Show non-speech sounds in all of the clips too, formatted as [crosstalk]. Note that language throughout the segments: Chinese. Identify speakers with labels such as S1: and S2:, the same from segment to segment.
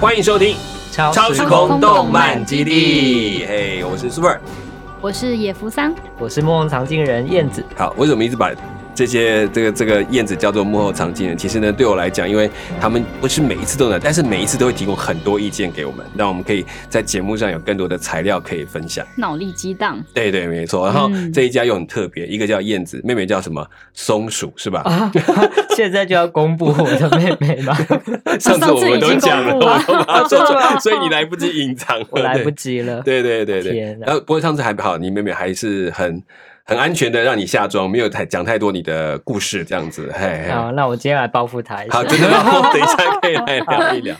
S1: 欢迎收听
S2: 超
S1: 《超时空动漫基地》。嘿，我是 Super。
S3: 我是野服桑，
S2: 我是梦常静人燕子。
S1: 好，为什么一直把这些这个这个燕子叫做幕后藏经人？其实呢，对我来讲，因为他们不是每一次都能，但是每一次都会提供很多意见给我们，让我们可以在节目上有更多的材料可以分享。
S3: 脑力激荡，
S1: 对对，没错。然后
S3: 嗯
S1: 这一家又很特别，一个叫燕子，妹妹叫什么松鼠是吧？
S2: 啊， [laughs] 现在就要公布我的妹妹吗？
S1: [laughs] 上次我们都讲了，
S3: 上
S1: [laughs] 我
S3: 次已经公布了
S1: 都把它说出来，所以你来不及隐藏了，
S2: 我来
S1: 对
S2: 不及 [laughs] 了。
S1: 对对对对
S2: 天，哪
S1: 然后不过上次还好，你妹妹还是很很安全的让你下妆，没有太讲太多你的故事这样子，嘿嘿。
S2: 好，那我今天来报复她一下
S1: 好，。真的
S2: [laughs]
S1: 吗？等一下可以来聊一聊。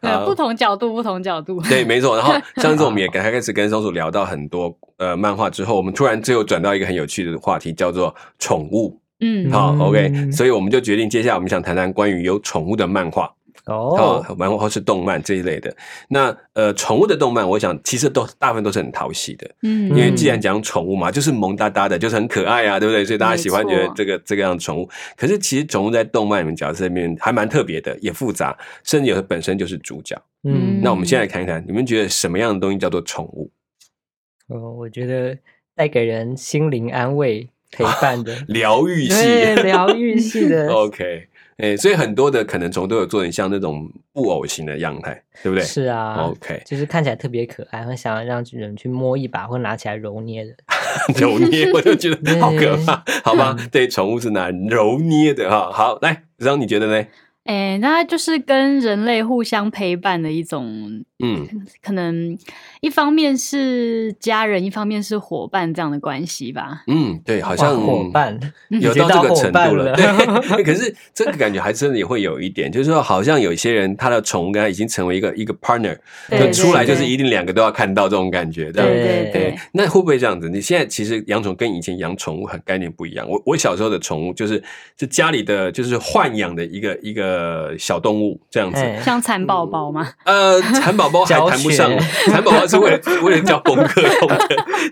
S3: 呃，
S1: 好
S3: 不同角度，不同角度，
S1: 对，没错。然后上次我们也开始跟松鼠聊到很多呃漫画之后，我们突然最后转到一个很有趣的话题，叫做宠物。
S3: [laughs] 嗯，
S1: 好、
S2: 嗯
S1: o k 所以我们就决定接下来我们想谈谈关于有宠物的漫画。
S2: 哦
S1: 哦，，漫画或是动漫这一类的。那呃，宠物的动漫，我想其实都大部分都是很讨喜的，
S3: 嗯，
S1: 因为既然讲宠物嘛，就是萌哒哒的，就是很可爱啊，对不对？所以大家喜欢
S3: 没
S1: 觉
S3: 错
S1: 得这个这个样的宠物。可是其实宠物在动漫里面角色里面还蛮特别的，也复杂，甚至有的本身就是主角。
S2: 嗯，
S1: 那我们现在看一看，你们觉得什么样的东西叫做宠物？，
S2: 哦，我觉得带给人心灵安慰、陪伴的
S1: [laughs] 疗愈
S2: 对，
S1: 系。
S2: 疗愈系的
S1: ，OK。哎、所以很多的可能宠物都有做成像那种布偶型的样态，对不对？
S2: 是啊 [laughs]
S1: OK [laughs]
S2: 就是看起来特别可爱，会想要让人去摸一把或拿起来揉捏的。
S1: 揉捏，我就觉得好可怕，好吧？
S2: 嗯
S1: 对，宠物是拿揉捏的哈。好，来，让你觉得呢？
S3: 哎，那就是跟人类互相陪伴的一种，
S1: 嗯，
S3: 可能一方面是家人，一方面是伙伴这样的关系吧。
S1: 嗯，对，好
S2: 好
S1: 像
S2: 伙伴，
S3: 嗯
S1: 有到这个程度了。
S2: 已经到伙伴
S1: 对， [laughs] 可是这个感觉还真的也会有一点，就是说，好像有一些人他的宠物跟他已经成为一个一个 partner，
S3: 对
S1: 就
S3: 对
S1: 出来就是
S3: 对
S1: 一定两个都要看到这种感觉，这样
S3: 对对
S2: 对
S1: 对
S3: 对，，
S1: 那会不会这样子？你现在其实养宠跟以前养宠物很概念不一样。我我小时候的宠物就是是家里的就是豢养的一个一个小动物这样子，
S2: 哎
S3: 像蚕宝宝
S2: 哦
S3: 嘛，
S1: 呃，蚕宝宝还
S2: 教
S1: 谈不
S2: 学 [laughs]
S1: 上，蚕宝宝是为了为了教功课 [laughs] 用的，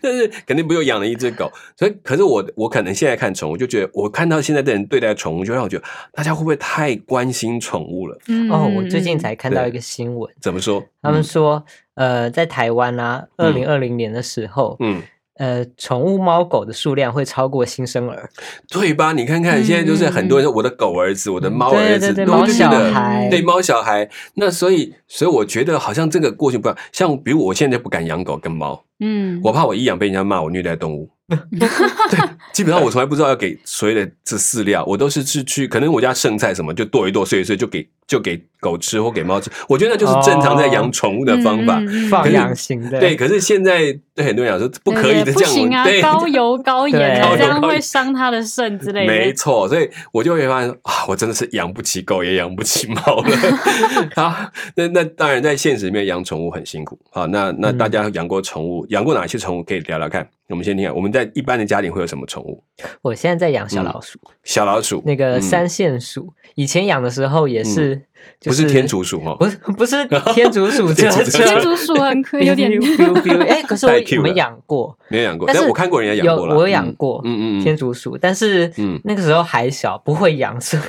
S1: 但是肯定不用养了一只狗。所以，可是我我可能现在看宠物，就觉得我看到现在的人对待宠物，就让我觉得大家会不会太关心宠物了？
S3: 嗯，
S2: 哦，我最近
S3: 嗯
S2: 才看到
S1: 对
S2: 一个新闻，
S1: 怎么说？
S2: 他们说，呃，在台湾啊，二
S1: 嗯
S2: 零二零年的时候，
S1: 嗯，
S2: 呃，宠物猫狗的数量会超过新生儿，
S1: 对吧？你看看
S3: 嗯
S1: 现在就是很多人说我的狗儿子，我的猫儿子，
S2: 对对对，
S1: 那我
S2: 猫
S1: 就觉
S2: 小
S1: 得
S2: 孩，
S1: 对猫小孩，那所以所以我觉得好像这个过去不一样，像比如我现在不敢养狗跟猫，
S3: 嗯，
S1: 我怕我一养被人家骂我虐待动物。对，基本上我从来不知道要给所谓的这饲料，我都是去去，可能我家剩菜什么就剁一剁碎一碎就给就给狗吃或给猫吃，我觉得那就是正常在养宠物的方法。
S3: 嗯嗯嗯
S2: 放
S1: 可是
S2: 养型的，
S1: 对，可是现在对很多人讲说不
S3: 对
S1: 可以
S3: 对
S1: 的，
S3: 不
S1: 这样我
S3: 行啊，
S1: 对
S3: 高油高盐
S2: 对
S3: 啊，这
S1: [laughs] 高油
S3: 样
S1: 高盐
S3: 会伤它的肾之类的。
S1: 没错，所以我就会发现啊，我真的是养不起狗，也养不起猫
S3: [laughs]
S1: 了。 [laughs] 好，那那当然，在现实里面养宠物很辛苦啊。那那
S2: 嗯
S1: 大家养过宠物，养过哪些宠物可以聊聊看？我们先听看，我们在一般的家庭会有什么宠物？
S2: 我现在在养小老鼠，
S1: 小老鼠，
S2: 那个
S1: 嗯
S2: 三线鼠，以前养的时候也是，就
S1: 不是天竺鼠哦，
S2: 不是
S1: [laughs]
S2: 不是天竺鼠，
S1: 天
S2: 这
S1: 竺鼠
S2: 这
S3: 天竺鼠很可有点
S2: biu biu biu，哎，可是我
S1: 太 cute 了
S2: 我们养过，
S1: 没有养过，
S2: 但
S1: 但
S2: 是
S1: 我看过人家养
S2: 有
S1: 过了，
S2: 我有养过，
S1: 嗯，嗯 [laughs] 嗯嗯，
S2: 天竺鼠，但是
S1: 嗯
S2: 那个时候还小，不会养，所以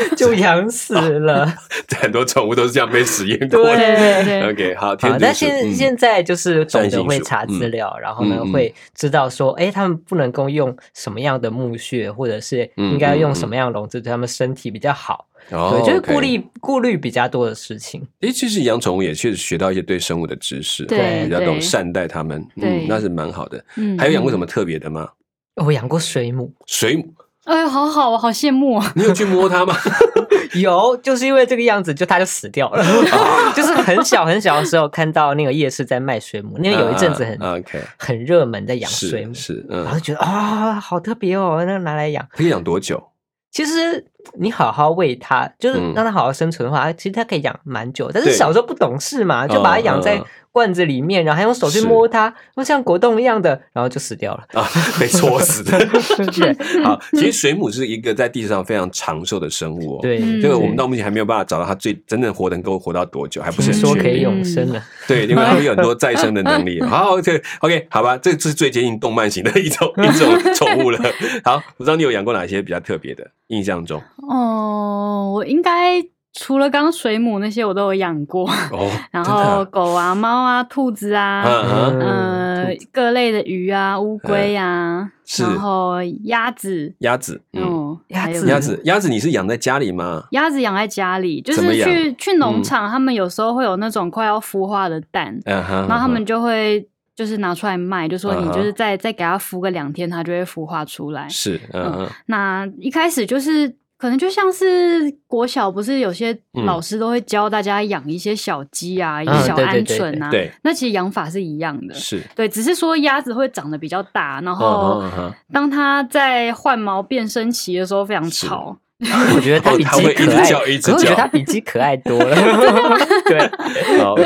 S2: [laughs] 就养死了。
S1: 很多宠物都是这样被实验过的。
S3: 对对对，
S1: OK，好，天
S2: 好，
S1: 竺
S2: 但
S1: 鼠
S2: 现
S1: 嗯
S2: 现在就是懂
S1: 扇
S2: 得
S1: 形
S2: 会
S1: 鼠
S2: 查资
S1: 嗯
S2: 料，然后呢
S1: 嗯嗯
S2: 会知道说，哎，他们不能够用什么样的木屑，或者是
S1: 嗯
S2: 应该要
S1: 嗯
S2: 用
S1: 嗯
S2: 什么样的笼子对他们身体比较好。
S1: 哦
S2: 对，就是顾
S1: OK
S2: 虑顾虑比较多的事情。
S1: 诶，其实养宠物也确实学到一些对生物的知识，
S3: 对
S1: 比较懂
S3: 对
S1: 善待它们，嗯
S3: 对，
S1: 那是蛮好的。
S3: 嗯
S1: [laughs] 还有养过什
S3: 么？
S1: 么特别的吗？
S2: 我养过水母，
S1: 水母，
S3: 哎呦，好好，我好羡慕哦。
S1: 你有去摸它吗？
S2: 有，就是因为这个样子，就它就死掉
S1: [laughs]
S2: 了。就是很小很小的时候看到那个夜市在卖水母， [laughs] 因为有一阵子很
S1: [laughs] 啊啊，OK
S2: 很热门在养水
S1: 是
S2: 母，
S1: 是，
S2: 然后
S1: 嗯，
S2: 就觉得啊、好特别哦，那拿来养。
S1: 可以养多久？ [laughs]
S2: 其实你好好喂它，就是
S1: 嗯
S2: 让它好好生存的话，啊其实它可以养蛮久。但是
S1: 对
S2: 小时候不懂事嘛，就把它养在
S1: 嗯嗯
S2: 罐子里面，然后还用手去
S1: 是
S2: 摸它，就像果冻一样的，然后就死掉了。
S1: 啊，被戳死的。 [laughs]
S2: 对
S1: 好，其实水母是一个在地球上非常长寿的生物哦。。
S2: 对，
S3: 嗯
S1: 这个我们到目前还没有办法找到它最真正活能够活到多久，还不是
S2: 听
S1: 很
S2: 说
S1: 确
S2: 可以
S1: 定
S2: 永生了。
S1: 对，因为它们有很
S3: [laughs]
S1: 多再生的能力。好，这 OK，好吧，这是最接近动漫型的一种一
S3: [laughs]
S1: 种宠物了。好，我知道你有养过哪些比较特别的，印象中
S3: 哦，我应该除了刚刚水母那些我都有养过， [laughs]
S1: 哦，
S3: 然
S1: 真的
S3: 后
S1: 啊
S3: 狗啊、猫啊、兔子啊，
S1: 嗯
S2: 嗯
S1: 嗯，
S3: 呃，各类的鱼啊、乌龟啊，
S1: 是
S3: 然后鸭子，
S1: 鸭子，嗯，
S3: 嗯，
S2: 鸭
S3: 还有
S2: 子
S1: 鸭子，鸭子，你是养在家里吗？
S3: 鸭子养在家里，就
S1: 怎么
S3: 是
S1: 养
S3: 去去农
S1: 嗯
S3: 场，他们有时候会有那种快要孵化的蛋，
S1: 嗯哼，
S3: 然后
S1: 嗯
S3: 他
S1: 哼
S3: 们就会就是拿出来卖，就说
S1: 嗯
S3: 你
S1: 哼
S3: 就是再再给它孵个两天，它就会孵化出来。
S1: 是，嗯哼，
S3: 那一开始就是可能就像是国小，不是有些
S1: 嗯
S3: 老师都会教大家养一些小鸡啊，
S2: 嗯
S3: 小
S2: 对对
S3: 鹌
S2: 对
S3: 鹑啊，
S1: 对，
S3: 那其实养法是一样的。
S1: 是，
S3: 对，只是说鸭子会长得比较大，然
S1: 嗯哼
S3: 后
S1: 嗯哼，
S3: 当它在换毛变声期的时候非常
S1: 是
S3: 吵，嗯
S2: 我觉得它
S1: 哦
S2: 比
S1: 它会
S2: 鸡
S1: 一直
S2: 可爱，
S1: 叫一直
S2: 可是我觉得
S1: 叫
S2: 它比鸡可爱
S1: [laughs]
S2: 多了。对，
S1: 好
S3: [laughs]
S1: OK，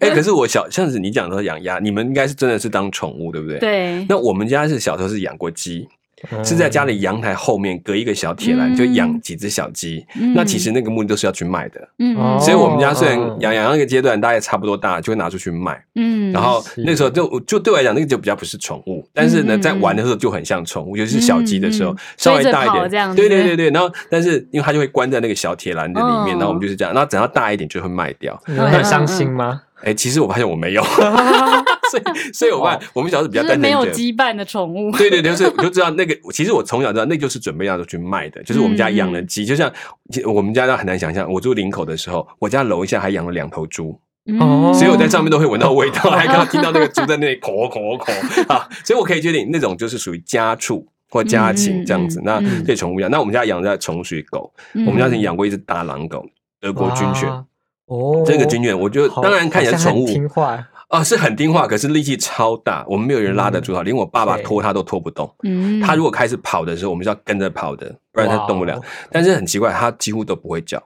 S1: 哎，可是我小像是你讲说养鸭，你们应该是真的是当宠物，对不对？。
S3: 对，
S1: 那我们家是小时候是养过鸡， [laughs]
S2: 嗯
S1: 是在家里阳台后面隔一个小铁
S3: 嗯
S1: 栏就养几只小鸡。那其实那个目的都是要去卖的，
S3: 嗯，嗯，
S2: 哦
S1: 所以我们家虽然
S2: 哦
S1: 养养到一个阶段，大概差不多大了，就会拿出去卖。
S3: 嗯，
S1: 然后
S2: 是
S1: 那时候就就对我来讲，那个就比较不是宠物，但是呢，
S3: 嗯嗯
S1: 在玩的时候就很像宠物，尤其是小鸡的时候
S3: 嗯嗯，
S1: 稍微大
S3: 追着跑
S1: 一
S3: 这样
S1: 点，
S3: 子
S1: 对对对对。然后，但是因为它就会关在那个小铁栏的里面，
S3: 哦
S1: 然后我们就是这样。然后等它大一点就会卖掉。
S2: 嗯你会很伤心吗？
S1: 哎，其实我发现我没
S3: [laughs]
S1: 有，所以所以我发现我们小时候比较
S3: 哦嗯
S1: 单
S3: 就
S1: 纯
S3: 是没有
S1: 一点。
S3: 羁绊的宠物，
S1: [laughs] 对对对，就是我就知道那个，其实我从小知道那就是准备要去卖的，就是我们家养
S2: 嗯
S1: 了鸡，就像其实我们家很难想象，我住林口的时候，我家楼下还养了两头猪。
S3: 嗯
S2: 哦
S1: 所以我在上面都会闻到味道，还刚刚听到那个猪在那里口口口啊，所以我可以确定那种就是属于家畜或家
S3: 嗯嗯
S1: 禽这样子。
S3: 嗯
S1: 那
S3: 嗯
S1: 对宠物一样，那我们家养的宠物属于狗，
S3: 嗯
S1: 我们家曾经养过一只大狼狗，德嗯国军犬。
S2: 哇哦，
S1: 这个军犬，我觉得
S2: 好
S1: 当然看起来是
S2: 好像
S1: 宠物
S2: 很听话，
S1: 啊，是很听话，可是力气超大，我们没有人拉得住它，连我爸爸
S2: 嗯对
S1: 拖它都拖不动。
S3: 嗯
S1: 它如果开始跑的时候，我们是要跟着跑的，不然它动不了
S3: 哦
S2: 哇。
S1: 但是很奇怪，它几乎都不会叫，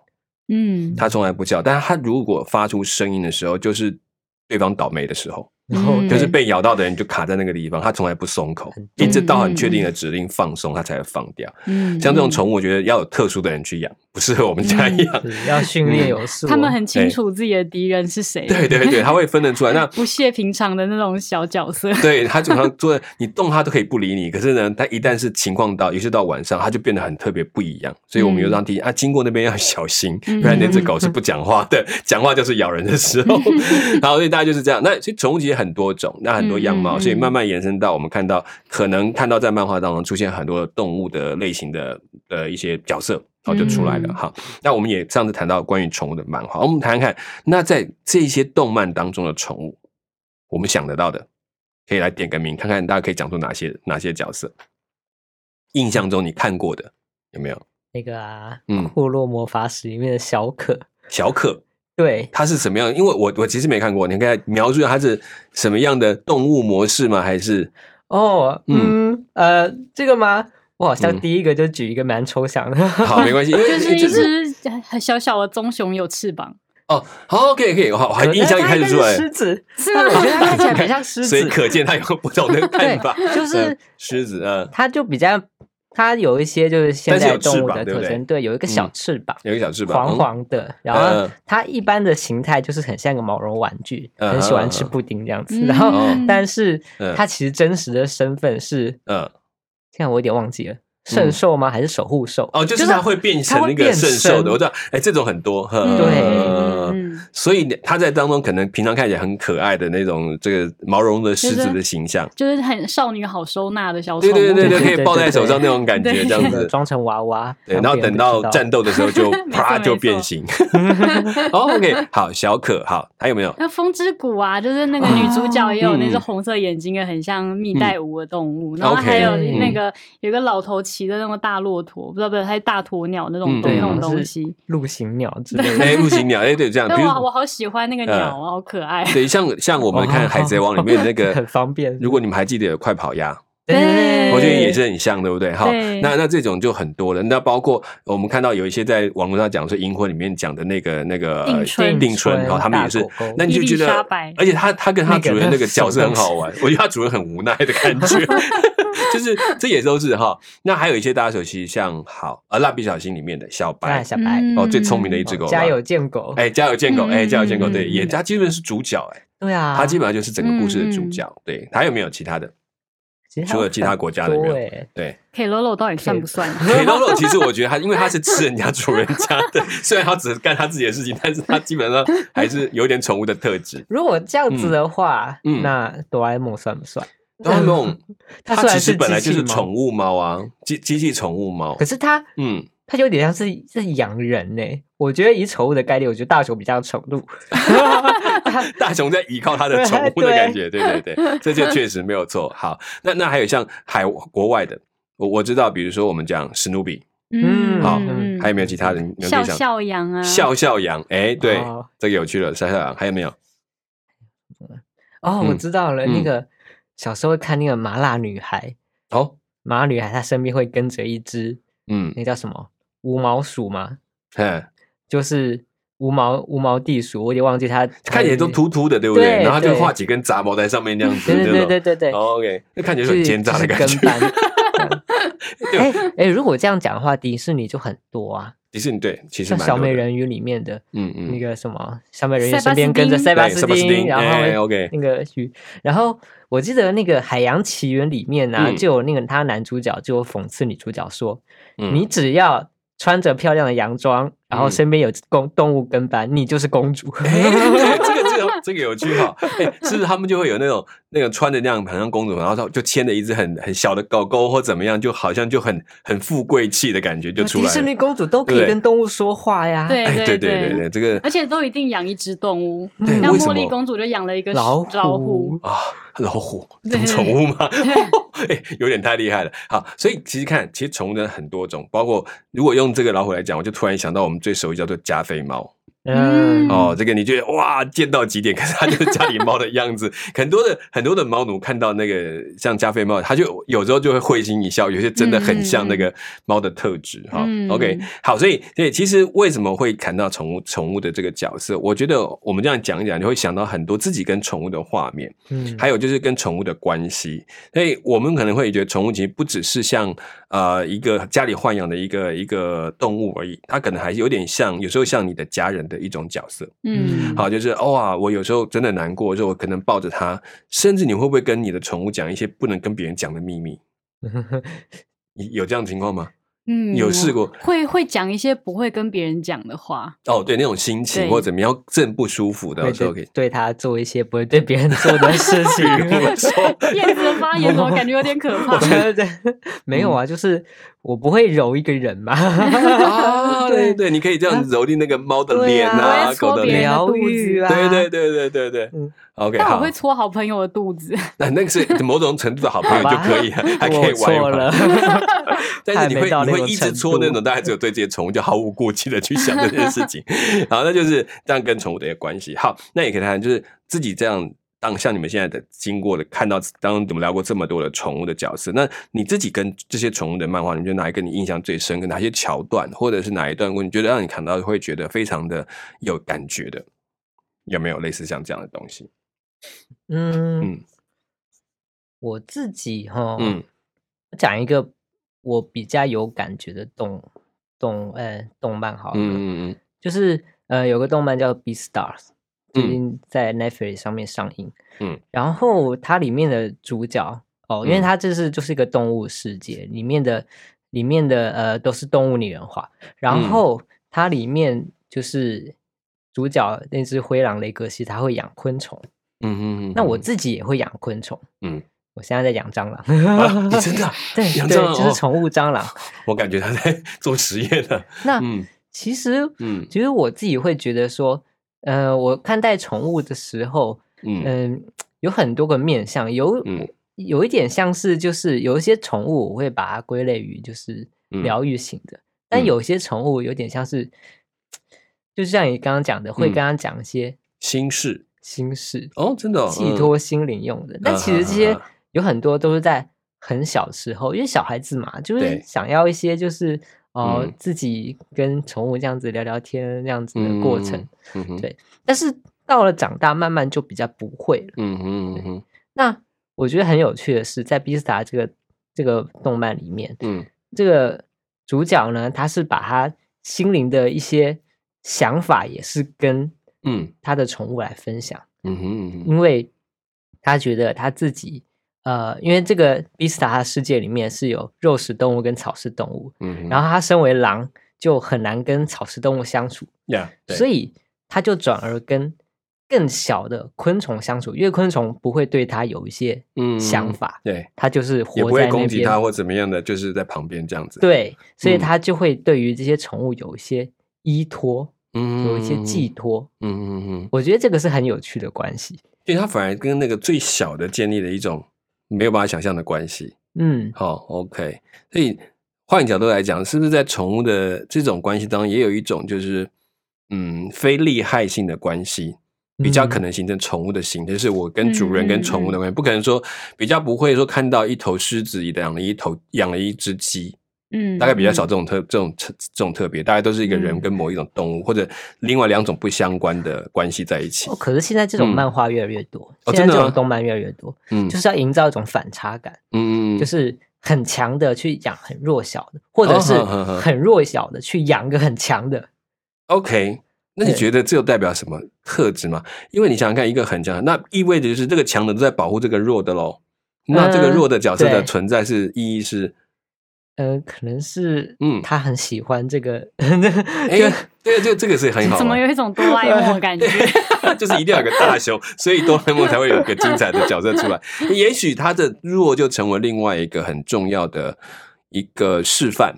S3: 嗯
S1: 它从来不叫。但是它如果发出声音的时候，就是对方倒霉的时候。
S2: 然后
S3: 嗯
S1: 就是被咬到的人就卡在那个地方，他从来不松口，一直到很确定的指令放松，他才会放掉。
S3: 嗯
S1: 像这种宠物，我觉得要有特殊的人去养，不适合我们家养。 [laughs]
S2: 是要训练有素，
S3: 嗯
S2: 哦
S3: 他们很清楚自己的敌人是谁，
S1: 对对对，他会分得出来。那
S3: 不屑平常的那种小角色，
S1: 对他常常做，你动他都可以不理你，可是呢，他一旦是情况到，尤其到晚上，他就变得很特别不一样。所以我们
S3: 嗯
S1: 又让提醒啊，经过那边要小心，
S3: 嗯
S1: [laughs] 不然那只狗是不讲话的，讲话就是咬人的时
S3: [laughs]
S1: 候。然后所以大家就是这样。那所以宠物其实很多种，那很多样
S3: 嗯嗯
S1: 貌，
S3: 嗯
S1: 所以慢慢延伸到我们看到，可能看到在漫画当中出现很多动物的类型的呃一些角色。然后就出来了
S3: 嗯
S1: 哈、那我们也上次谈到关于宠物的漫画，我们谈谈看，那在这些动漫当中的宠物，我们想得到的，可以来点个名，看看大家可以讲出哪些哪些角色。印象中你看过的有没有？
S2: 那个啊，
S1: 嗯
S2: 《库洛魔法使》里面的小可，
S1: 小可
S2: 对，
S1: 它是什么样的？因为我我其实没看过，你可以描述一下它是什么样的动物模式吗？还
S3: [laughs]
S1: 是
S2: 哦，
S1: 嗯
S2: 嗯，呃，这个吗？我好像
S1: 嗯
S2: 第一个就举一个蛮抽象的，
S1: 好没关系，因为
S3: [laughs] 就是一
S1: 哎这
S3: 只很小小的棕熊，有翅膀，
S1: 哦，好可以可以，好，
S2: [laughs]
S1: 好印象一
S2: 它
S1: 开
S2: 应
S1: 始
S2: 该
S1: 出来
S2: 是，狮子，
S3: [laughs] 是
S2: 啊它我觉得它看起来比较像狮
S1: 所以
S2: 子，
S1: 可见它有不同的看法。
S2: 就是
S1: 嗯狮子，嗯，
S2: 它就比较，它有一些就是现
S1: 但是
S2: 代
S1: 有翅
S2: 动物
S1: 膀
S2: 的
S1: 对不
S2: 特
S1: 对
S2: 征，对，有一个小
S1: 嗯
S2: 翅膀。
S1: 有一个小翅膀，
S2: 黄
S1: 嗯，
S2: 黄的，然后它一般的形态就是很像个毛绒玩具，
S1: 嗯
S2: 很喜欢吃布丁这样子。
S3: 嗯
S2: 然后
S1: 哦，
S2: 但是
S1: 嗯
S2: 它其实真实的身份是，
S1: 嗯，
S2: 现在我有点忘记了，圣兽吗？还是守护兽？
S1: 哦，就是它
S2: [laughs]
S1: 会变成那个圣兽的，我知道，哎，这种很多，嗯
S2: 对
S3: 嗯嗯
S1: 所以它在当中可能平常看起来很可爱的那种这个毛绒的狮子的形象，
S3: 就是很少女好收纳的小
S1: 对
S3: 宠物，
S1: 对对对，
S2: 对
S1: 可
S3: [laughs]
S1: 以
S2: 对
S1: 抱在
S2: 对
S1: 手上
S2: 对
S1: 那种感觉
S3: 对
S1: 这样
S2: 就是
S1: 子。
S2: 装成娃娃，
S1: 对，
S2: 让
S1: 然后
S2: 别
S1: 等
S2: 人不
S1: 到
S2: 知道
S1: 战斗的时候就
S3: 没
S1: 啪
S3: 错
S1: 就
S3: 没
S1: 变
S3: 错
S1: 形。哦 OK，好，小可好，还有没有？
S3: 那风之谷啊，就是那个女主角也有
S1: 嗯
S3: 那只红色眼睛的，很像蜜袋鼯的动物，然后
S1: OK，
S3: 还有
S2: 嗯
S3: 那个有个老头骑的那种大骆驼，不知道不是还是大鸵鸟那
S1: 嗯
S3: 种东
S2: 对
S3: 那种
S2: 好像是
S3: 东西。
S2: 陆行鸟之类的。
S1: 哎，陆行鸟，哎，对，这
S3: [laughs]
S1: 样，
S3: 但
S1: 比如嗯
S3: 我我好喜欢那个鸟啊，好可爱。
S1: 对，像像我们看《海贼王》里面那
S2: 哦很
S1: 个，
S2: 方便
S1: 如果你们还记得有快跑鸭，
S3: 对
S1: 我觉得也是很像，对不对？哈
S3: 对，
S1: 那那这种就很多了。那包括我们看到有一些在网络上讲说《银魂》里面讲的那个那个
S3: 定春
S1: 定春
S2: 定春
S1: 哈，他们也是
S2: 大狗狗，
S1: 那你就觉
S3: 伊丽莎
S1: 得
S3: 白，
S1: 而且他他跟他主人
S2: 那个
S1: 那个角色很好玩，我觉得他主人很无奈的感
S2: [laughs]
S1: 觉。就是这也都是哈，那还有一些大家熟悉，像好呃《蜡笔小新》里面的小白
S2: 哎，小白
S3: 嗯
S1: 哦，最聪明的一只狗嘛，
S2: 家有贱狗，
S1: 哎，家有贱狗，哎，家有贱狗，对，
S3: 嗯
S1: 也他基本是主角，哎，
S2: 对啊，
S1: 他基本上就是整个故事的主
S3: 嗯嗯
S1: 角，对，还有没有其他的？
S2: 其实
S1: 除了其他国家的人
S2: 对，
S1: 对，
S3: k l o l o 到底算不算啊？
S1: [laughs] k 肉肉其实我觉得他，因为他是吃人家主人家的，虽然他只是干他自己的事情，但是他基本上还是有点宠物的特质。
S2: 如果这样子的话，
S1: 嗯嗯
S2: 那哆啦 A 梦算不算？
S1: 哆啦 A 梦，
S2: 它
S1: 它
S2: 虽然
S1: 其实
S2: 是
S1: 本来
S2: 机
S1: 就
S2: 器
S1: 是
S2: 猫
S1: 宠物猫啊，机机器宠物猫
S2: 可。是它
S1: 嗯，
S2: 它有点像是是养人呢、我觉得以宠物的概念，我觉得大雄比较有宠物。
S1: 大雄在依靠他的宠物的感觉，对对对，这就确实没有错。好，那那还有像海国外的，我我知道，比如说我们讲史努比，
S2: 嗯
S1: 好
S2: 嗯
S1: 还有没有其他人？你们可
S3: 笑
S1: 以想
S3: 笑羊啊，
S1: 笑笑羊，哎，对
S2: 哦，
S1: 这个有趣了，笑笑羊还有没有？
S2: 哦，我
S1: 嗯
S2: 知道了，那
S1: 嗯
S2: 个小时候看那个麻辣女孩，
S1: 哦，
S2: 麻辣女孩她身边会跟着一只
S1: 嗯，
S2: 那叫什么无毛鼠吗？嗯
S1: 哎，
S2: 就是无毛无毛地鼠，我有点忘记它
S1: 看起来都
S2: 秃。
S1: 秃秃的，对不对？
S2: 对
S1: 然后他就
S2: 对
S1: 画几根杂毛在上面这样子，
S2: 对对
S1: 这
S2: 对
S1: 种
S2: 对对对，
S1: 哦 OK，那看起来就
S2: 就是
S1: 很奸诈的感
S2: 就是
S1: 觉。 [laughs]
S2: 跟班哎哎，如果这样讲的话，迪士尼就很多啊，
S1: 迪士尼对，其实
S2: 像
S1: 蛮
S2: 小
S1: 多
S2: 美
S1: 的，
S2: 人鱼里面的
S1: 嗯
S2: 那
S1: 嗯，
S2: 个什么，小美人鱼
S3: 塞巴
S2: 身边
S3: 斯
S2: 跟着
S3: 汀
S2: 塞巴
S1: 对
S2: 斯
S1: 塞巴斯汀
S2: 汀，
S1: 哎
S2: 然后
S1: ，OK
S2: 那个鱼，然后我记得那个《海洋奇缘》里面呢、啊，
S1: 嗯
S2: 就有那个他男主角就有讽刺女主角说，
S1: 嗯
S2: 你只要穿着漂亮的洋装，然后
S1: 嗯
S2: 身边有公动物跟班，你就是公主。
S1: [laughs] 哎， [laughs] 这个这个这个有趣哈，哎，是不是他们就会有那种那个穿的那样很像公主，然后就牵着一只很很小的狗狗或怎么样，就好像就很很富贵气的感觉就出
S2: 哦迪
S1: 来
S2: 士尼
S1: 了。
S2: 公主都可以
S1: 对
S2: 跟动物说话呀，
S3: 对
S1: 哎，对
S3: 对
S1: 对对
S3: 对
S1: 对，这个
S3: 而且都一定养一只动物，
S2: 对
S3: 像
S1: 为什
S3: 茉莉
S1: 么
S3: 公主就养了一个
S2: 老
S3: 老
S2: 虎
S3: 虎，
S1: 啊，老虎 [laughs] 当宠物吗？ [laughs] 哎，有点太厉害了。好，所以其实看，其实宠物真的很多种，包括如果用这个老虎来讲，我就突然想到我们最熟悉叫做加菲猫。
S2: 嗯
S3: 嗯
S1: 哦，这个你觉得哇，见到极点，可是它就是家里猫的样子。很多的很多的猫奴看到那个像加菲猫，它就有时候就会会心一笑，有些真的很像那个猫的特质哈、
S3: 嗯
S1: OK，好，所以对，其实为什么会谈到宠物宠物的这个角色？我觉得我们这样讲一讲，你会想到很多自己跟宠物的画面。
S2: 嗯，
S1: 还有就是跟宠物的关系，所以我们可能会觉得宠物其实不只是像呃一个家里豢养的一个一个动物而已，它可能还有点像，有时候像你的家人的一种角色。
S3: 嗯，
S1: 好，就是哦啊，我有时候真的难过，就我可能抱着它，甚至你会不会跟你的宠物讲一些不能跟别人讲的秘密？你有这样的情况吗？
S3: 嗯，
S1: 有试过
S3: 会会讲一些不会跟别人讲
S1: [laughs]
S3: 的话，
S1: 哦，对，那种心情
S3: 对
S1: 或怎么样，正不舒服的
S2: 会
S1: 时候可
S2: 对
S3: [laughs]
S1: 以。
S2: 对他做一些不会对别人做的事
S1: [laughs]
S2: 情。
S1: 说
S3: 燕子的发言怎么感觉有点可怕？
S2: 对对， [laughs] 没有
S1: 嗯
S2: 啊，就是我不会揉一个人嘛，
S1: 啊，对对，你可以这样揉进那个猫的
S2: 对
S1: 脸
S2: 啊
S3: 我
S1: 啊，
S3: 会
S1: 狗
S3: 搓
S1: 的
S3: [laughs] 别
S1: 脸
S3: 人的
S2: 疗
S3: 肚
S2: 愈
S3: 子，
S2: 啊，
S1: 对对对对对对，
S2: 嗯
S1: o k
S3: 但我
S1: 好
S3: 会，戳好朋友的肚子，
S1: 那那个是某种程度的好朋友
S2: 好
S1: 就
S2: 吧 [laughs]
S1: 可以了，还可
S2: 我
S1: 以玩一
S2: 错了 [laughs]
S1: 玩。，但 [laughs]
S2: 还
S1: 是你
S2: 没
S1: 会
S2: 到
S1: 你
S2: 那
S1: 会
S2: 种
S1: 一直
S2: 程
S1: 戳那
S2: 度
S1: 种，大家只有对这些宠物就毫无顾忌的去想这件事
S2: [laughs]
S1: 情。好，那就是这样跟宠物的一个关系。好，那也可以谈谈，就是自己这样当像你们现在的经过的，看到当中我们聊过这么多的宠物的角色，那你自己跟这些宠物的漫画，你觉得哪一个你印象最深刻？哪些桥段，或者是哪一段，你觉得让你看到会觉得非常的有感觉的？有没有类似像这样的东西？
S2: 嗯
S1: 嗯，
S2: 我自己哈，
S1: 嗯，
S2: 我讲一个我比较有感觉的动动呃动漫好了，
S1: 嗯嗯
S2: 就是呃有个动漫叫《B Stars》，最
S1: 嗯
S2: 近在 Netflix 上面上映。
S1: 嗯，
S2: 然后它里面的主角哦，因为
S1: 嗯
S2: 它这是就是一个动物世界里面的里面的呃都是动物拟人化，然
S1: 嗯
S2: 后它里面就是主角那只灰狼雷格西，它会养昆虫。
S1: 嗯嗯嗯。
S2: 那我自己也会养昆虫，
S1: 嗯，
S2: 我现在在养蟑螂。 [laughs]
S1: 啊，你真的啊
S2: 对
S1: 养
S2: 对
S1: 蟑螂，
S2: 就是
S1: 哦
S2: 宠物蟑
S1: [laughs]
S2: 螂。
S1: 我感觉他在做实验呢。
S2: 那
S1: 嗯
S2: 其实，
S1: 嗯
S2: 其实我自己会觉得说，呃，我看待宠物的时候，
S1: 嗯
S2: 嗯、有很多个面向，有、
S1: 嗯
S2: 有一点像是就是有一些宠物我会把它归类于就是
S1: 嗯
S2: 疗愈型的，但
S1: 嗯
S2: 有些宠物有点像是，就像你刚刚讲的，会
S1: 嗯
S2: 跟他讲一些
S1: 心事
S2: 心事，
S1: 哦，真的哦
S2: 寄托心灵用的。但
S1: 啊
S2: 其实
S1: 哈
S2: 这些
S1: 哈哈
S2: 有很多都是在很小时候，因为小孩子嘛，就是
S1: 对
S2: 想要一些就是哦、呃
S1: 嗯
S2: 自己跟宠物这样子聊聊天这样子的过程。。
S1: 嗯嗯哼
S2: 对但是到了长大，慢慢就比较不会了。
S1: 嗯哼嗯哼
S2: 那我觉得很有趣的是，在《比斯塔》这个这个动漫里面，
S1: 嗯
S2: 这个主角呢，他是把他心灵的一些想法，也是跟
S1: 嗯
S2: 他的宠物来分享。
S1: 嗯哼嗯哼
S2: 因为他觉得他自己呃，因为这个 Vista 它的世界里面是有肉食动物跟草食动物，
S1: 嗯哼，
S2: 然后它身为狼就很难跟草食动物相处，
S1: 呀，对
S2: 所以它就转而跟更小的昆虫相处，因为昆虫不会对它有一些
S1: 嗯
S2: 想法，
S1: 对，
S2: 它就是
S1: 也不
S2: 活
S1: 会
S2: 在那
S1: 攻击它
S2: 边，
S1: 或怎么样的，就是在旁边这样子。，
S2: 对，所以
S1: 嗯
S2: 它就会对于这些宠物有一些依托，
S1: 嗯
S2: 有一些寄，托。
S1: 嗯嗯嗯，
S2: 我觉得这个是很有趣的关系。
S1: 所以它反而跟那个最小的建立了一种没有办法想象的关系。
S2: 嗯，
S1: 好、o k 所以换个角度来讲，是不是在宠物的这种关系当中，也有一种就是嗯非利害性的关系，比较可
S2: 嗯
S1: 能形成宠物的形态，就是我跟主人跟宠物的
S3: 嗯嗯
S1: 关系，不可能说比较不会说看到一头狮子养了一头养了一只鸡，
S3: 嗯，
S1: 大概比较少
S3: 嗯。
S1: 这种特这种特这种特别，大概都是一个人
S2: 嗯
S1: 跟某一种动物或者另外两种不相关的关系在一起
S2: 哦，。可是现在这种
S1: 嗯
S2: 漫画越来越多，
S1: 哦
S2: 现
S1: 真的
S2: 在这
S1: 吗
S2: 种动漫越来越多，
S1: 嗯，
S2: 就是要营造一种反差感，
S1: 嗯嗯嗯，
S2: 就是很强的去养很弱小的，或者是
S1: 哦呵呵呵
S2: 很弱小的去养个很强的。
S1: OK。那你
S2: 对
S1: 觉得这又代表什么特质吗？因为你想想看，一个很强，那意味着就是这个强的都在保护这个弱的喽。那这个
S2: 嗯
S1: 弱的角色的
S2: 对
S1: 存在是意义是，
S2: 呃，可能是
S1: 嗯
S2: 他很喜欢这个， [laughs] 就
S1: 哎、对，这这个是很好啊
S3: 怎么
S1: 玩，
S3: 有一种哆啦 A 梦的感觉？
S1: 就是一定要有个大雄，所以哆啦 A 梦才会有一个精彩的角色出来。也许他的弱就成为另外一个很重要的一个示范，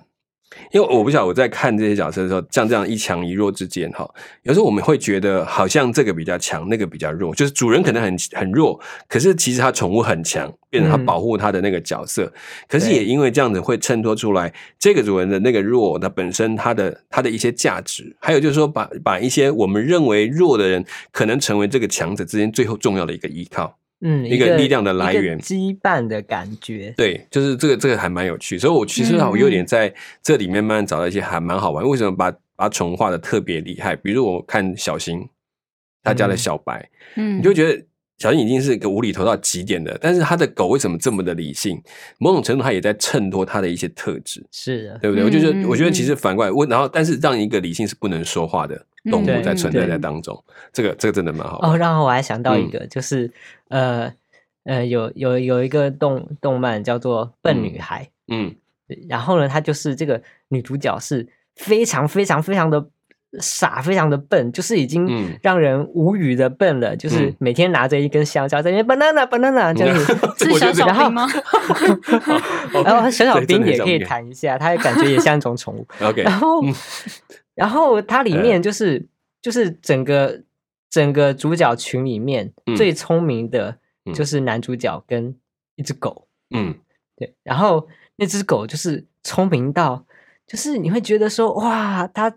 S1: 因为我不晓得我在看这些角色的时候，像这样一强一弱之间哈，有时候我们会觉得好像这个比较强，那个比较弱，就是主人可能很很弱，可是其实他宠物很强，变成他
S2: 嗯
S1: 保护他的那个角色，可是
S2: 对
S1: 也因为这样子会衬托出来这个主人的那个弱，那本身他的他的一些价值，还有就是说把把一些我们认为弱的人，可能成为这个强者之间最后重要的一个依靠。
S2: 嗯，
S1: 一个力量的来
S2: 一个
S1: 源
S2: 羁绊的感觉。
S1: 对，就是这个这个还蛮有趣，所以我其实啊，
S3: 嗯
S1: 我有点在这里面慢慢找到一些还蛮好玩。为什么把把宠物画的特别厉害？比如我看小新他家的小白，
S3: 嗯，
S1: 你就觉得。小新已经是个无厘头到极点的，但是他的狗为什么这么的理性？某种程度，他也在衬托他的一些特质，
S2: 是的，
S1: 对不对？我就觉
S3: 嗯
S1: 得，
S3: 嗯
S1: 我觉得其
S3: 嗯
S1: 实反过来，我然后，但是让一个理性是不能说话的动物
S2: 嗯
S1: 在
S2: 对
S1: 存在
S2: 对
S1: 在当中，这个这个真的蛮好玩
S2: 哦，然后我还想到一
S1: 嗯
S2: 个，就是呃呃，有有有一个动动漫叫做《笨
S1: 嗯
S2: 女孩》
S1: 嗯
S2: 对，然后呢，她就是这个女主角是非常非常非常的傻，非常的笨，就是已
S1: 嗯
S2: 经让人无语的笨了，就是
S1: 嗯
S2: 每天拿着一根香蕉在那边 banana banana 这样子。
S1: [laughs] 这
S3: 是
S1: 我觉得
S3: 小小
S2: 然后
S3: 兵吗？
S2: 然后呃小小
S1: 哦对真的很
S2: 兵也
S1: 小
S2: 可以
S1: 兵
S2: 谈一下，他感觉也像一种宠物。
S1: OK，
S2: 然后
S1: 嗯，
S2: 然后它里
S1: 呃
S2: 面就是、就是整个整个主角群里面、
S1: 嗯
S2: 最聪明的
S1: 嗯
S2: 就是男主角跟一只狗，
S1: 嗯
S2: 对，然后那只狗就是聪明到，就是你会觉得说哇，它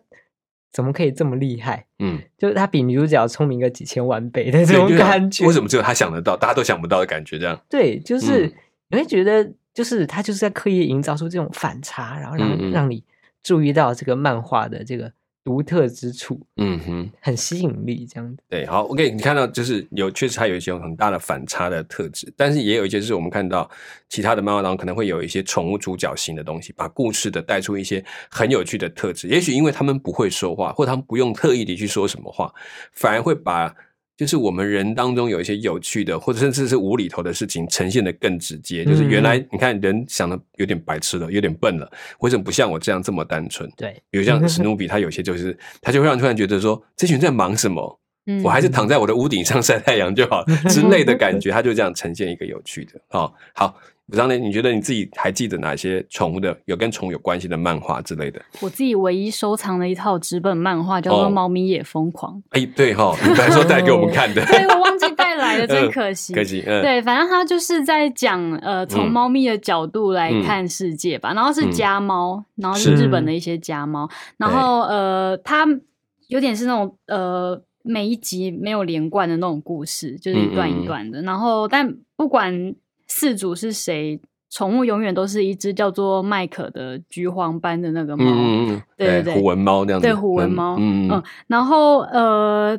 S2: 怎么可以这么厉害？
S1: 嗯，
S2: 就是它比女主角聪明个几千万倍 [laughs] 的这
S1: 对
S2: 种
S1: 就想
S2: 感觉。
S1: 为什么只有他想得到，大家都想不到的感觉？这样，
S2: 对，就是
S1: 嗯
S2: 你会觉得，就是他就是在刻意营造出这种反差，然后让
S1: 嗯嗯
S2: 让你注意到这个漫画的这个独特之处，
S1: 嗯哼，
S2: 很吸引力这样子。
S1: 对，好，OK，你看到就是有，确实它有一些很大的反差的特质，但是也有一些是我们看到其他的漫画当中可能会有一些宠物主角型的东西，把故事的带出一些很有趣的特质。也许因为他们不会说话，或他们不用特意的去说什么话，反而会把就是我们人当中有一些有趣的，或者甚至是无厘头的事情呈现的更直接。就是原来你看人想的有点白痴了，有点笨了，为什么不像我这样这么单纯？
S2: 对，
S1: 比如像史努比，他有些就是他就会让突然觉得说，这群人在忙什么？
S3: 嗯
S1: 我还是躺在我的屋顶上晒太阳就好之类的感觉，它就这样呈现一个有趣的哦。好，武章呢？你觉得你自己还记得哪些宠物的有跟宠物有关系的漫画之类的？
S3: 我自己唯一收藏的一套纸本漫画叫做
S1: 哦
S3: 《猫咪也疯狂》
S1: 哎，对
S3: [laughs]
S1: 哈、你本来说带给我们看的，
S3: 对我忘记带来了，真可惜。
S1: [laughs] 可惜，嗯，
S3: 对，反正他就是在讲呃，从
S1: 嗯
S3: 猫咪的角度来看世界吧。然后是
S1: 嗯
S3: 家猫，然后
S1: 是
S3: 是日本的一些家猫。然后呃，它有点是那种呃，每一集没有连贯的那种故事，就是一段
S1: 嗯嗯嗯
S3: 一段的。然后但不管饲主是谁。宠物永远都是一只叫做麦克的橘黄斑的那个猫，
S1: 嗯嗯嗯，
S3: 对对对
S1: 虎纹猫那样子，
S3: 对虎纹猫
S1: 嗯嗯
S3: 嗯，然后呃，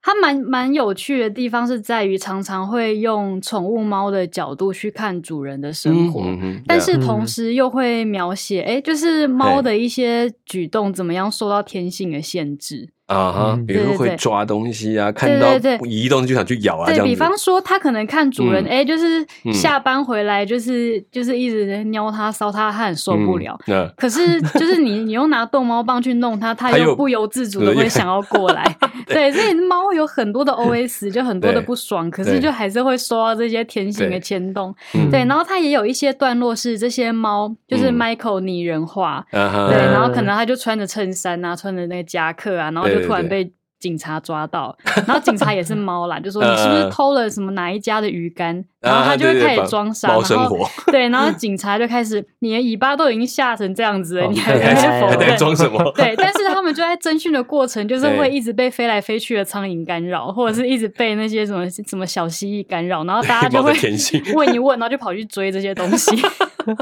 S3: 它蛮蛮有趣的地方是在于，常常会用宠物猫的角度去看主人的生活，
S1: 嗯嗯
S3: 但是
S2: 嗯
S3: 同时又会描写，哎、就是猫
S1: 嘿
S3: 的一些举动怎么样受到天性的限制。
S1: 啊哈，
S2: 嗯
S1: 比如说
S3: 对对
S1: 会
S3: 对
S1: 抓东西啊，看
S3: 对
S1: 到
S3: 对对
S1: 移动就想去咬啊，这
S3: 对
S1: 样
S3: 比
S1: 子。
S3: 方说，他可能看主人，
S1: 嗯
S3: 哎、就是
S1: 嗯
S3: 下班回来，就是、就是一直撩他、搔他汗，受不了。
S1: 嗯，
S3: 可是，就是你，你又拿逗猫棒去
S1: [laughs]
S3: 弄它，它
S1: 它又
S3: 又不由自主的
S1: 对
S3: 会想要过
S1: [laughs]
S3: 来。对，所以猫有很多的 OS，就很多的
S1: 对
S3: 不爽，可
S1: 对
S3: 是就还是会受到这些天性
S1: 对
S3: 的牵动。
S1: 嗯
S3: 对，然后它也有一些段落是这些猫，就是
S1: 嗯
S3: Michael 拟人化，
S1: 那啊哈，
S3: 对，然后
S2: 嗯
S3: 可能他就穿着衬衫啊，穿着那个夹克啊，然后
S1: 对
S3: 就
S1: 对
S3: 突然
S1: 对
S3: 被警察抓到，然后警察也是
S1: [laughs]
S3: 猫啦，就说你是不
S1: 嗯嗯
S3: 是
S1: 嗯
S3: 偷了什么哪一家的鱼竿？然后
S1: 啊
S3: 他就会
S1: 对对
S3: 开
S1: 把
S3: 始装傻，
S1: 猫
S3: 然
S1: 生
S3: 后
S1: 活，
S3: 对，然后警察就开始，你的尾巴都已经吓成这样子了，
S2: 哦
S3: 你还
S1: 还
S3: 在那边
S1: [laughs] 还
S3: 否
S1: 在
S3: 认？
S1: 装什么？
S3: 对，但是他们就在侦讯的过程，就是
S1: 对
S3: 会一直被飞来飞去的苍蝇干扰，或者是一直被那些什么什么小蜥蜴干扰，然后大家就
S1: 猫
S3: 会
S1: 的天性
S3: [laughs] 问一问，然后就跑去追这些东
S1: [laughs]
S3: 西，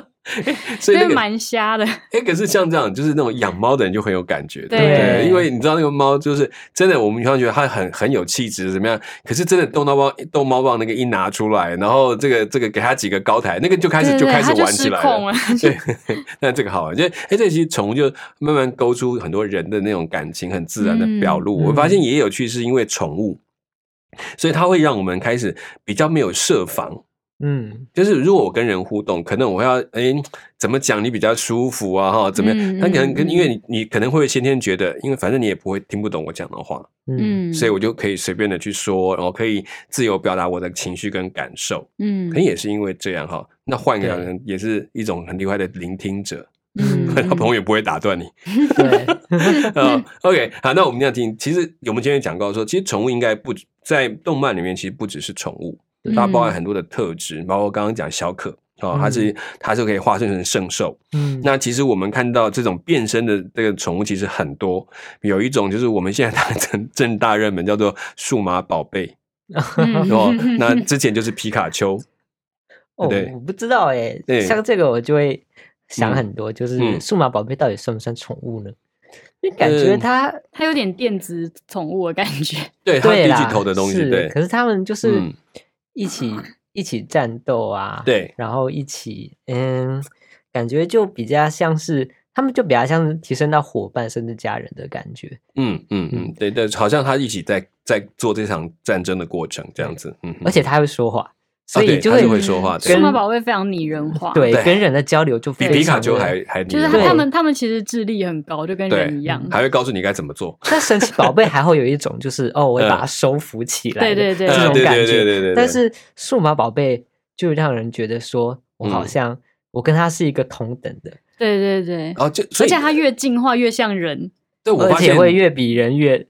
S3: [laughs]
S1: 所以那
S3: 真的
S1: 个
S3: 蛮瞎的。
S1: 哎，可是像这样，就是那种养猫的人就很有感觉，
S3: 对
S1: 不对？因为你知道那个猫就是真的，我们常常觉得它很很有气质怎么样，可是真的逗猫棒逗猫棒那个一拿出来，然后这个这个给它几个高台，那个就开始
S3: 对
S1: 就
S3: 对
S1: 开始
S3: 他就
S1: 玩起
S3: 失
S1: 来
S3: 控
S1: 了。
S3: 了。
S1: [laughs] 对，那这个好玩，就哎，这其实宠物就慢慢勾出很多人的那种感情，很自然的表露。
S2: 嗯
S1: 我发现也有趣，是因为宠物，所以它会让我们开始比较没有设防。
S2: 嗯，
S1: 就是如果我跟人互动，可能我要诶怎么讲你比较舒服啊哈怎么样？
S3: 嗯
S1: 那可能跟
S3: 嗯
S1: 因为你你可能会先天觉得，因为反正你也不会听不懂我讲的话，
S2: 嗯，
S3: 嗯，
S1: 所以我就可以随便的去说，然后可以自由表达我的情绪跟感受。
S3: 嗯
S1: 可能也是因为这样哈，那换一个
S2: 对
S1: 人也是一种很厉害的聆听者， [laughs]
S3: 嗯
S1: 他朋友也不会打断你。
S2: 对，
S1: 嗯 OK，好，那我们这样听，其实我们今天也讲到说，其实宠物应该不止在动漫里面，其实不只是宠物，
S3: 嗯
S1: 它包含很多的特质，包括刚刚讲小可。哦，它是它是可以化身成圣兽。 [laughs]
S2: 嗯，
S1: 那其实我们看到这种变身的这个宠物其实很多，有一种就是我们现在大正正大热门叫做数码宝贝
S3: 嗯 [laughs]
S1: 哦，那之前就是皮卡丘，
S2: 哦
S1: 对，
S2: 我不知道哎
S1: 对，
S2: 像这个我就会想
S1: 嗯
S2: 很多，就
S1: 嗯
S2: 是数码宝贝到底算不算宠物呢？就感
S1: 呃
S2: 觉它
S3: 它有点电子宠物的感
S1: [laughs]
S3: 觉。
S1: 对，它
S2: 对
S1: 低
S2: 啦，
S1: 级头的东西，
S2: 是
S1: 对
S2: 可是他们就是
S1: 嗯
S2: 一起、一起战斗啊，，
S1: 对，
S2: 然后一起，嗯，感觉就比较像是他们就比较像是提升到伙伴甚至家人的感觉，
S1: 嗯嗯嗯，对对，好像它一起在在做这场战争的过程这样子，嗯，
S2: 而且他会说话，所
S1: 哦对
S2: 以就
S1: 它
S2: 会、
S1: 是会说话的
S3: 数码宝贝非常拟人化，
S2: 对
S1: 对
S2: 跟人的交流就
S1: 比
S2: 非
S1: 皮卡
S2: 常
S1: 丘
S2: 的
S1: 还还
S3: 就是
S1: 厉
S3: 它
S1: 害
S3: 它们它们其实智力很高，就跟
S1: 对
S3: 人一样。
S1: 还会告诉你该怎么做，
S2: 那神奇宝贝还会有一种就是哦，我会把它收服起来的，
S3: 对对对
S2: 这
S1: 嗯
S2: 种
S1: 对
S2: 感
S1: 对
S2: 觉。
S1: 对对对对
S2: 但是数码宝贝就让人觉得说，我
S1: 嗯
S2: 好像我跟它是一个同等的，
S3: 对对对，
S1: 然后就哦所
S3: 而
S1: 以
S3: 且它越进化越像人。
S1: 对我
S2: 而
S1: 发
S2: 且
S1: 现
S2: 会越比
S1: [laughs]
S2: 人越，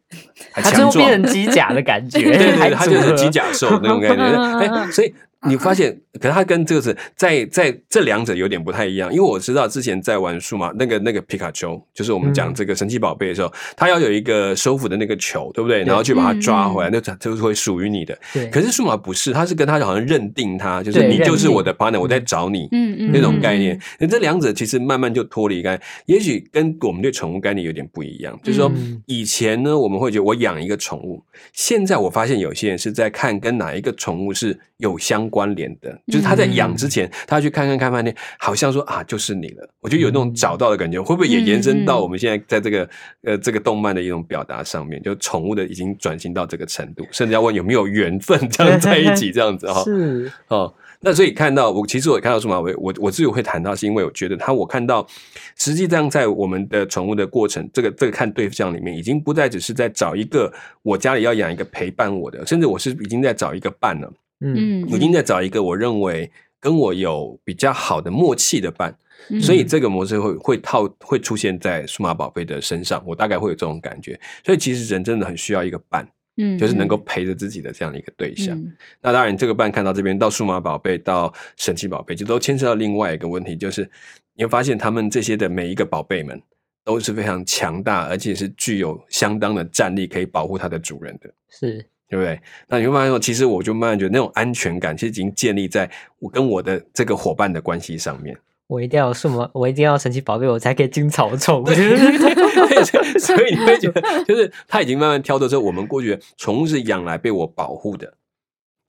S1: 还
S2: 它最
S1: 强
S2: 后
S1: 壮
S2: 变，成机甲的感
S1: [laughs]
S2: 觉，
S1: 对对对，它
S2: 还
S1: 就是
S2: 组合
S1: 机。甲兽那种感觉，
S3: [laughs] 嗯嗯嗯
S1: 哎，所以。你发现，可是它跟这个是在在这两者有点不太一样，因为我知道之前在玩数码那个那个皮卡丘，就是我们讲
S2: 嗯
S1: 这个神奇宝贝的时候，它要有一个收服的那个球，对不对？然后去把它抓回
S3: 嗯
S1: 来，那就是会属于你的。
S2: 对，
S1: 可是数码不是，它是跟它好像认定它，就是
S2: 对
S1: 你就是
S2: 认定
S1: 我的 partner，我在找你，
S3: 嗯嗯，
S1: 那种概念。那这两者其实慢慢就脱离开，也许跟我们对宠物概念有点不一样。就是说
S2: 嗯，
S1: 以前呢，我们会觉得我养一个宠物，现在我发现有些人是在看跟哪一个宠物是有相关联的，就是他在养
S3: 嗯
S1: 之前，他去看看看半天，好像说啊，就是你了。我觉得有那种
S2: 嗯
S1: 找到的感觉，会不会也延伸
S3: 嗯嗯
S1: 到我们现在在这个呃这个动漫的一种表达上面？就宠物的已经转型到这个程度，甚至要问有没有缘分这样在一起这样子哈、
S2: 是，
S1: 哦，那所以看到我，其实我也看到数码宝贝，我我自己会谈到，是因为我觉得它，我看到实际上在我们的宠物的过程，这个这个看对象里面，已经不再只是在找一个我家里要养一个陪伴我的，甚至我是已经在找一个伴了，
S2: 嗯，
S3: 嗯，嗯
S1: 我已经在找一个我认为跟我有比较好的默契的伴，
S3: 嗯
S1: 所以这个模式会会套会出现在数码宝贝的身上，我大概会有这种感觉。所以其实人真的很需要一个伴，
S3: 嗯
S1: 就是能够陪着自己的这样的一个对象。
S3: 嗯
S1: 那当然，这个半看到这边到数码宝贝到神奇宝贝，就都牵涉到另外一个问题，就是你会发现他们这些的每一个宝贝们都是非常强大，而且是具有相当的战力，可以保护它的主人的。
S2: 是，
S1: 对不对？那你会发现说，其实我就慢慢觉得那种安全感，其实已经建立在我跟我的这个伙伴的关系上面。
S2: 我一定要有数码，我一定要有神奇宝贝，我才可以进草丛。
S1: [laughs]
S2: [laughs]
S1: 所以你会觉得，就是它已经慢慢挑的时候，我们过去的宠物是养来被我保护的。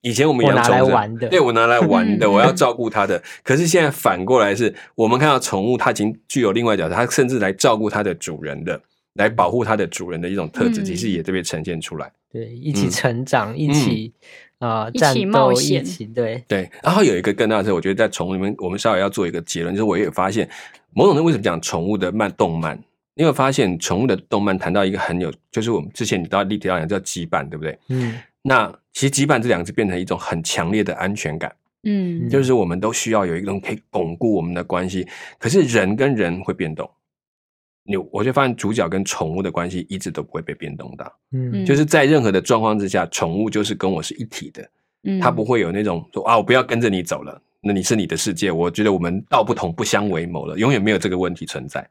S1: 以前我们
S2: 我
S1: 养
S2: 拿
S1: 宠物
S2: 来
S1: 是
S2: 玩的
S1: 对我拿来玩
S2: [laughs]
S1: 的，
S3: 嗯
S1: 我要照顾它的。可是现在反过来是，我们看到宠物，它已经具有另外一个角色，它甚至来照顾它的主人的。来保护它的主人的一种特质，
S3: 嗯
S1: 其实也这边呈现出来。
S2: 对，一起
S1: 嗯
S2: 成长，一起啊、
S3: 一
S2: 战
S3: 起冒
S2: 斗，一
S3: 险
S2: 起对，
S1: 对，然后有一个更大的是，我觉得在宠物里面，我们稍微要做一个结论，就是我也有发现，某种程度为什么讲宠物的漫动漫？你有发现宠物的动漫谈到一个很有，就是我们之前你到立体导演叫羁绊，对不对？
S2: 嗯，
S1: 那其实羁绊这两个字变成一种很强烈的安全感，
S3: 嗯
S2: 嗯
S1: 就是我们都需要有一种可以巩固我们的关系。可是人跟人会变动，你我就发现主角跟宠物的关系一直都不会被变动到，
S2: 嗯
S3: 嗯
S1: 就是在任何的状况之下，宠物就是跟我是一体的。
S3: 嗯，
S1: 他不会有那种说啊，我不要跟着你走了，那你是你的世界，我觉得我们道不同不相为谋了，永远没有这个问题存在。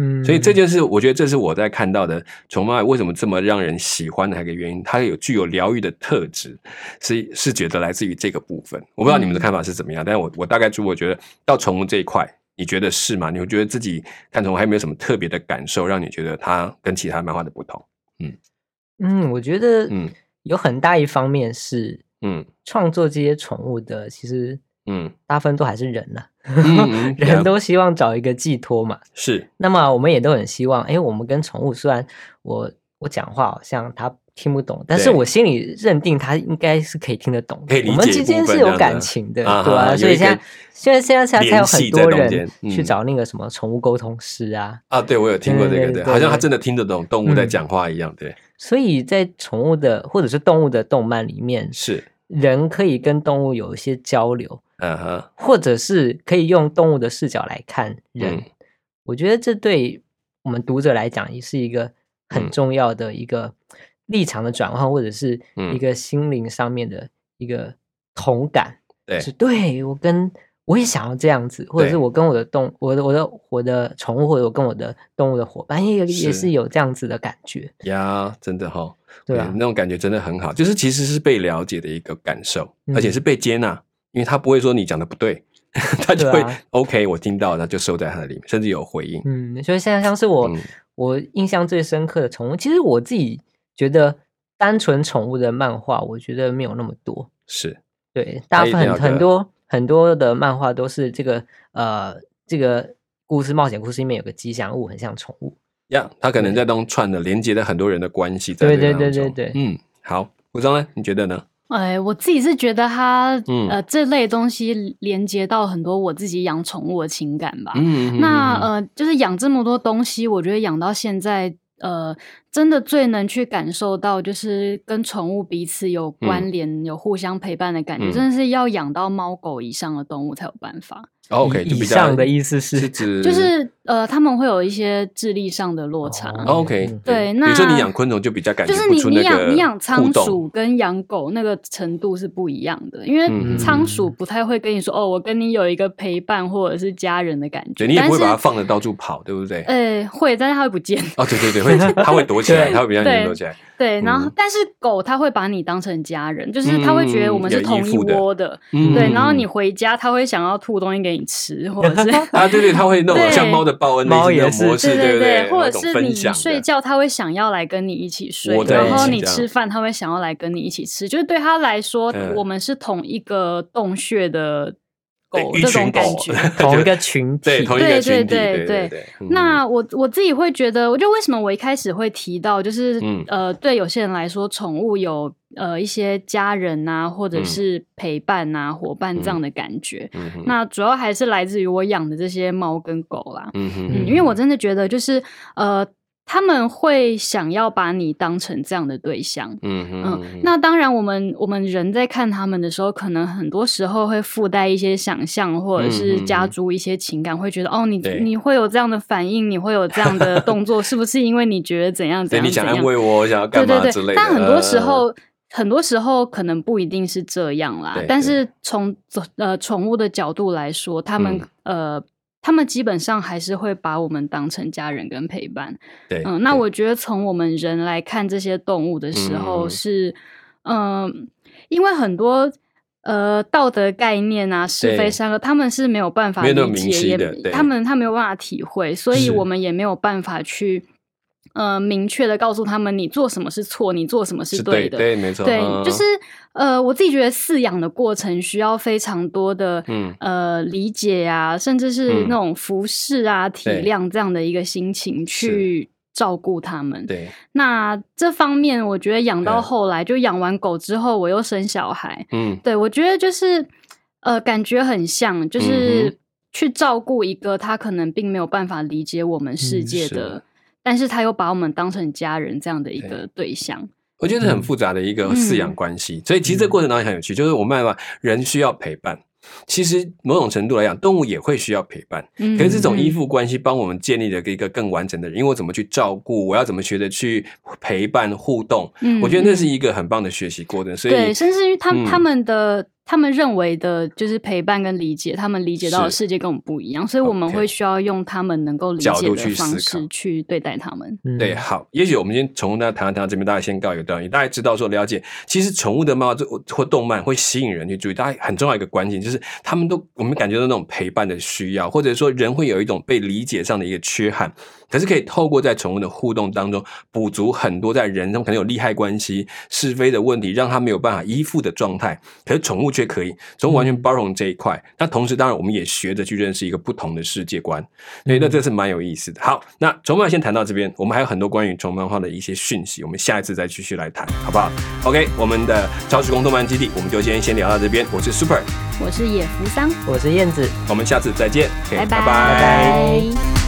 S2: 嗯，
S1: 所以这件事，我觉得这是我在看到的宠物爱为什么这么让人喜欢的一个原因，它有具有疗愈的特质，是是觉得来自于这个部分。我不知道你
S2: 嗯
S1: 们的看法是怎么样，但是我我大概就我觉得到宠物这一块，你觉得是吗？你会觉得自己看宠物还有没有什么特别的感受，让你觉得它跟其他漫画的不同？
S2: 嗯，我觉得
S1: 嗯
S2: 有很大一方面是
S1: 嗯
S2: 创作这些宠物的，其实
S1: 嗯
S2: 大部分都还是人
S1: [laughs]
S2: 呐、
S1: 嗯嗯
S2: [laughs] 人都希望找一个寄托嘛。
S1: 是
S2: 那么我们也都很希望，哎，我们跟宠物虽然我我讲话好像它听不懂，但是
S1: 对
S2: 我心里认定它应该是可以听得懂
S1: 可以
S2: 的，
S1: 理
S2: 我们
S1: 解
S2: 之
S1: 一
S2: 间
S1: 部分
S2: 是
S1: 这
S2: 有
S1: 样
S2: 感
S1: 的
S2: 情的，
S1: 啊
S2: 对
S1: 哈
S2: 啊，
S1: 有
S2: 所以
S1: 一个
S2: 现在现在现在才才有
S1: 联系
S2: 很
S1: 在
S2: 多
S1: 中
S2: 人
S1: 间嗯
S2: 去找那个什么宠物沟通师啊，
S1: 啊，对，我有听过这个，对，
S2: 对对
S1: 好像他
S2: 对
S1: 真的听得懂动物在
S2: 嗯
S1: 讲话一样，对，
S2: 所以在宠物的或者是动物的动漫里面，
S1: 是，
S2: 人可以跟动物有一些交流，
S1: 嗯哼，
S2: 或者是可以用动物的视角来看人。
S1: 嗯
S2: 我觉得这对我们读者来讲也是一个很
S1: 嗯
S2: 重要的一个立场的转换，或者是
S1: 嗯
S2: 一个心灵上面的一个同感，
S1: 对，
S2: 是对我跟。我也想要这样子，或者
S1: 对
S2: 是我跟我的动，我的我的我的宠物，或者我跟我的动物的伙伴，也有也
S1: 是
S2: 是有这样子的感觉，
S1: 呀，真的哈、哦，
S2: 对啊
S1: 那种感觉真的很好，就是其实是被了解的一个感受，
S2: 嗯
S1: 而且是被接纳，因为他不会说你讲的不对， [laughs] 他就会、
S2: 对啊
S1: OK，我听到，那就收在他的里面，甚至有回应，
S2: 嗯，所以现在像是我、
S1: 嗯
S2: 我印象最深刻的宠物，其实我自己觉得单纯宠物的漫画，我觉得没有那么多。
S1: 是，
S2: 对，大部
S1: 一定
S2: 分
S1: 要
S2: 很很
S1: 的
S2: 多很多的漫画都是这个呃这个故事冒险故事里面有个吉祥物，很像宠物。
S1: 呀、他可能
S2: 对
S1: 在当中串的连接了很多人的关系在这
S2: 对
S1: 个
S2: 对
S1: 当
S2: 对对
S1: 中
S2: 对
S1: 嗯，好，武章呢？你觉得呢？
S3: 哎，我自己是觉得它、
S1: 嗯
S3: 呃这类东西连接到很多我自己养宠物的情感吧。
S1: 嗯，嗯
S3: 那
S1: 嗯嗯
S3: 呃，就是养这么多东西，我觉得养到现在，呃，真的最能去感受到，就是跟宠物彼此有关联、有互相陪伴的感觉，
S1: 嗯
S3: 真的是要养到猫狗以上的动物才有办法。
S1: 哦 OK，
S2: 以
S1: 就
S2: 以
S1: 比较
S2: 上的意思是
S1: 是 [laughs] 指
S3: 呃就是呃，他们会有一些智力上的落差。
S2: 哦
S1: OK，
S2: 嗯
S3: 对
S1: 比如说
S3: 那
S1: 你养昆虫就比较感觉
S3: 就是
S1: 不
S3: 你
S1: 出
S3: 你
S1: 那
S3: 养
S1: 个
S3: 你养
S1: 互
S3: 仓
S1: 动
S3: 鼠跟养狗那个程度是不一样的，因为
S1: 嗯
S3: 仓鼠不太会跟你说、哦，我跟你有一个陪伴或者是家人的感觉，
S1: 对你也不会把它
S3: 但是
S1: 放着到处跑，对不对？
S3: 呃会，但是它会不见。
S1: 哦，对对对，
S3: [laughs]
S1: 会它会躲起来，
S2: 对
S1: 它会比较容易
S3: 对
S1: 躲起来。
S3: 对，然后、
S1: 嗯
S3: 但是狗它会把你当成家人，就是它会觉得我们是
S1: 嗯
S3: 同一
S1: 有依附的
S3: 窝的，
S1: 嗯
S3: 对，然后你回家它会想要吐东西给你吃，或者是
S1: [laughs] 啊，对对，它会那种
S3: 对
S1: 像猫的报恩
S2: 猫
S1: 的
S2: 也是
S1: 模式，
S3: 对
S1: 不对？那
S3: 或者
S1: 种
S3: 是
S1: 分
S3: 你
S1: 享
S3: 睡
S1: 的，
S3: 觉，它会想要来跟你一起睡
S1: 窝，在
S2: 一起
S3: 然后你
S1: 这样
S3: 吃饭，它会想要来跟你一起吃。就是对它来说
S1: 嗯，
S3: 我们是同一个洞穴的
S1: 对
S3: 狗
S1: 一
S3: 这
S1: 群
S3: 种感
S1: 狗 [laughs]
S3: 觉。
S2: 同一个群体，
S1: 对同一个
S3: 对
S1: 群体，
S3: 对
S1: 对
S3: 对
S1: 对。嗯
S3: 那我我自己会觉得，我就为什么我一开始会提到，就是、
S1: 嗯
S3: 呃，对有些人来说，宠物有呃一些家人啊，或者
S1: 嗯
S3: 是陪伴啊、伙伴这样的感觉。
S1: 嗯哼
S3: 那主要还是来自于我养的这些猫跟狗啦。
S1: 嗯哼
S3: 嗯，因为我真的觉得就是呃，他们会想要把你当成这样的对象。
S1: 嗯哼
S3: 嗯
S1: 嗯，
S3: 那当然，我们我们人在看他们的时候，可能很多时候会附带一些想象，或者是加诸一些情感，会觉得哦，你
S1: 嗯对
S3: 你会有这样的反应，你会有这样的动作，是不是因为你觉得怎样怎
S1: [laughs] 对
S3: 样
S1: 你
S3: 怎
S1: 想
S3: 样
S1: 安？慰我，我想要干
S3: 对
S1: 嘛
S3: 对
S1: 之类的
S3: 对，。但很多时
S1: 呃
S3: 候，很多时候可能不一定是这样啦
S1: 对。
S3: 但是从呃宠物的角度来说，他们、
S1: 嗯
S3: 呃，他们基本上还是会把我们当成家人跟陪伴。
S1: 对，
S3: 嗯，那
S1: 对
S3: 我觉得从我们人来看这些动物的时
S1: 嗯
S3: 候是，嗯、因为很多。呃，道德概念啊，是
S1: 对
S3: 非善恶，他们是没有办法
S1: 没有那么
S3: 理
S1: 明晰
S3: 解，
S1: 的对
S3: 也他们他没有办法体会，所以
S1: 是
S3: 我们也没有办法去呃明确的告诉他们你做什么是错，你做什么
S1: 是
S3: 对
S1: 对
S3: 的。
S1: 对，没错，嗯
S3: 对，就是呃，我自己觉得饲养的过程需要非常多的
S1: 嗯
S3: 呃理解啊，甚至是
S1: 嗯
S3: 那种服饰啊、体
S1: 对
S3: 谅这样的一个心情去照顾它们。
S1: 对，
S3: 那这方面，我觉得养到
S1: 嗯
S3: 后来，就养完狗之后，我又生小孩，
S1: 嗯
S3: 对我觉得就是呃，感觉很像，就
S1: 嗯
S3: 是去照顾一个他可能并没有办法理解我们世
S2: 嗯
S3: 界
S1: 是
S3: 的，但是他又把我们当成家人这样的一
S1: 对
S3: 个对象。
S1: 我觉得是
S3: 嗯
S1: 很复杂的一个饲养关系，所以其实这个过程当中也很有趣，就是我慢慢人需要陪伴。其实某种程度来讲，动物也会需要陪伴。
S3: 嗯
S1: 可是这种依
S3: 嗯
S1: 附关系帮我们建立了一个更完整的人，因为我怎么去照顾，我要怎么学着去陪伴互动，
S3: 嗯
S1: 我觉得那
S3: 嗯
S1: 是一个很棒的学习过程。所以
S3: 对，甚至于他、他
S1: 嗯
S3: 们的他们认为的就是陪伴跟理解，他们理解到的
S1: 是
S3: 世界跟我们不一样，所以我们
S1: OK
S3: 会需要用他们能够理
S1: 角
S3: 解
S1: 度
S3: 的
S1: 去思
S3: 方
S1: 考
S3: 式去对待他们。
S2: 嗯
S1: 对，好，也许我们先宠物大家谈一谈到这边，大家先告一个段落，大家知道说了解，其实宠物的漫画这或动漫会吸引人去注意，大家很重要一个关键就是他们都我们感觉到那种陪伴的需要，或者说人会有一种被理解上的一个缺憾，可是可以透过在宠物的互动当中补足很多在人中可能有利害关系、是非的问题，让他没有办法依附的状态，可是宠物却可以，宠物完全包容这一块。那同时当然我们也学着去认识一个不同的世界观。对，那这是蛮有意思的。好，那虫漫先谈到这边，我们还有很多关于虫漫画的一些讯息，我们下一次再继续来谈，好不好？OK，我们的超时空动漫基地，我们就先先聊到这边。我是 Super，
S3: 我是野扶桑，
S2: 我是燕子。
S1: 我们下次再见，OK，
S3: 拜
S1: 拜
S3: 拜